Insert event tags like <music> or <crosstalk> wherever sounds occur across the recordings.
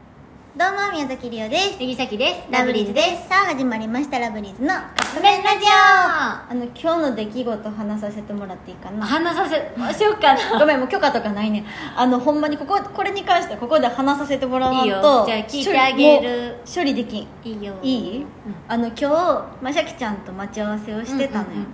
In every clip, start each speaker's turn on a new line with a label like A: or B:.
A: どうも宮崎りおです
B: 杉崎です
A: ラブリーズですすさあ始まりましたラブリーズのあ
B: ごめんラジオ
A: の今日の出来事話させてもらっていいかな
B: 話させましょうかな
A: ごめんもう許可とかないねあのほんまにこここれに関してはここで話させてもらわんと
B: いいよじゃあ聞いてあげる
A: 処理もう処理できん
B: いいよ
A: いい、あの今日、まあ、シャキちゃんと待ち合わせをしてたのよ、
B: うんうんうん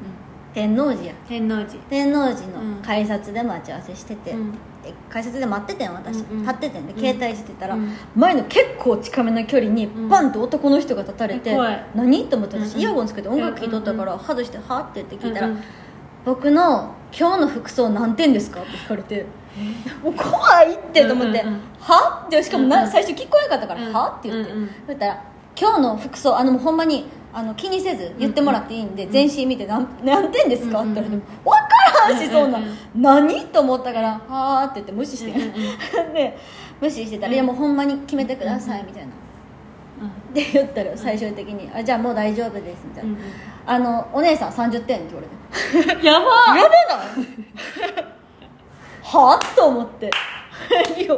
A: 天王寺や
B: 天王寺
A: 天王寺
B: うん
A: の改札で待ち合わせしてて、
B: うん
A: で改札で待っててん私、
B: うんうん
A: 立っててんで
B: うん
A: 携帯してたら、
B: うん
A: 前の結構近めの距離に
B: うん
A: バンと男の人が立たれて、
B: え怖い
A: 何と思って私、
B: うんうん
A: イヤホンつけて音楽聴いとったから、
B: う
A: 外して「は?」って言って聞いたら「
B: うんうん
A: 僕の今日の服装何点ですか?」って聞かれて「 <laughs> もう怖いって」と思って「
B: うんうんうん
A: は?」ってしかもな、
B: うんうん
A: 最初聞こえなかったから「
B: うん
A: は?」って言って、
B: うんうん
A: そしたら「今日の服装あのもうほんまにあの気にせず言ってもらっていいんで、全身見て何何点ですか?」って言われても「分からんしそんな、
B: うんうん
A: 何?」と思ったから「はーって言って無視して、
B: うんう
A: <laughs>
B: ん
A: で無視してたら「
B: うん
A: いやもうほんまに決めてください」みたいな。で言ったら最終的に「あじゃあもう大丈夫です」みたいな
B: うんうん
A: 「あのお姉さん30点」って言われて
B: うんやば
A: やばないはあと思っていや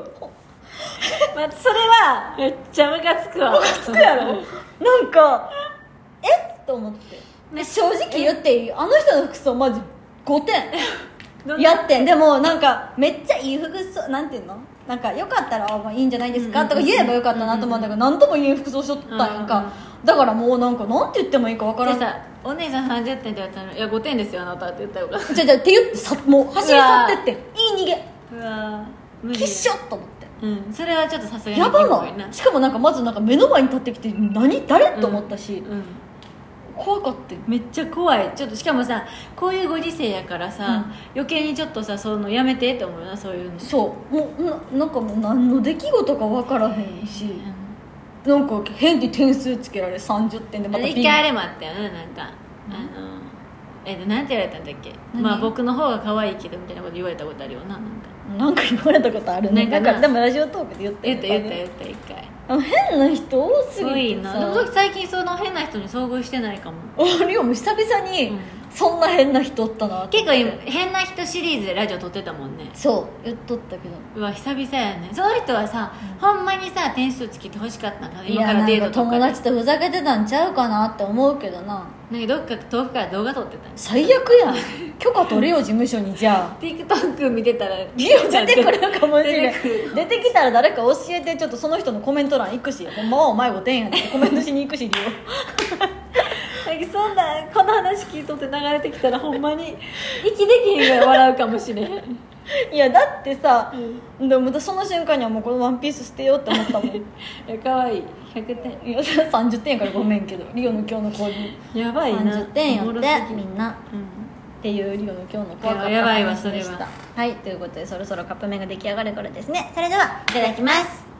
B: まそれはめっちゃムカつくわムカつ
A: そうやろなんかえっと思って
B: ね
A: で正直言っていいあの人の服装マジ5
B: どん
A: 点
B: な
A: やってんでもなんかめっちゃいい服装なんていうのなんかよかったらあまあいいんじゃないですか
B: うんうん
A: と
B: うん
A: か言えばよかったなと思うんだけど何とも言えん服装しとったんやん
B: うんうん
A: かだからもうなんかなんて言ってもいいかわからん
B: でさお姉さん30点って言われたのいや5点ですよあなたって言ったよ
A: じゃじゃって言ってさもう走り去ってっていい逃げ
B: うわ無理
A: きっしょっと思って
B: うんそれはちょっとさすがに
A: やば
B: キモい
A: な
B: な
A: しかもなんかまずなんか目の前に立ってきて何誰と思ったし、
B: うん
A: 怖かったよ
B: めっちゃ怖いちょっとしかもさこういうご時世やからさ、
A: うん
B: 余計にちょっとさそのやめてって思うなそういうの
A: そうもうななんかもう何の出来事か分からへんし
B: うん
A: なんか変に点数つけられ30点でまた
B: で一回あれもあったよねなんか、あのえっとなんて言われたんだっけ
A: 何
B: まあ僕の方が可愛いけどみたいなこと言われたことあるよななんか
A: なんか言われたことあるね
B: な
A: だ
B: んか
A: か
B: な
A: らでもラジオトークで言った
B: 言った言った
A: よ
B: 言った一回
A: あの変な人多す
B: す
A: ぎ
B: ごい
A: て
B: な
A: さ
B: でも僕最近その変な人に遭遇してないかも
A: あリオも久々
B: う
A: に
B: ん
A: そんな変な人おったなって
B: 結構今変な人シリーズでラジオ撮ってたもんね
A: そう言っとったけど
B: うわ久々やねその人はさ、ほんまにさ点数つけてほしかったんかない今
A: や
B: から
A: な
B: デ
A: ん
B: ー
A: か
B: トとかで
A: 友達とふざけてたんちゃうかなって思うけどな
B: なんかどっか遠くから動画撮ってたんです
A: 最悪やん許可取れよ事務所にじゃあ
B: TikTok 見てた <laughs> ら
A: リオ出てくるかもしれない
B: 出てく
A: 出てきたら誰か教えてちょっとその人のコメント欄行くしほんまはお前5点やねコメントしに行くしリ
B: <laughs> なんかそんなこの話聞いとって流れてきたらほんまに息できへんぐらい笑うかもしれへん、
A: オいやだってさ、でもまたその瞬間にはもうこのワンピース捨てようって思った
B: <laughs>
A: もんい
B: いや可愛い100点
A: や30点やからごめんけどリオの今日のコーディ
B: やばいな
A: 30点や
B: おもろ
A: っ
B: すぎ
A: て
B: る
A: みんな
B: うん
A: っていうリオの今日の怖かった
B: いややばいわ
A: 話でし
B: それ
A: た
B: は
A: はいということでそろそろカップ麺が出来上がる頃ですねそれではいただきます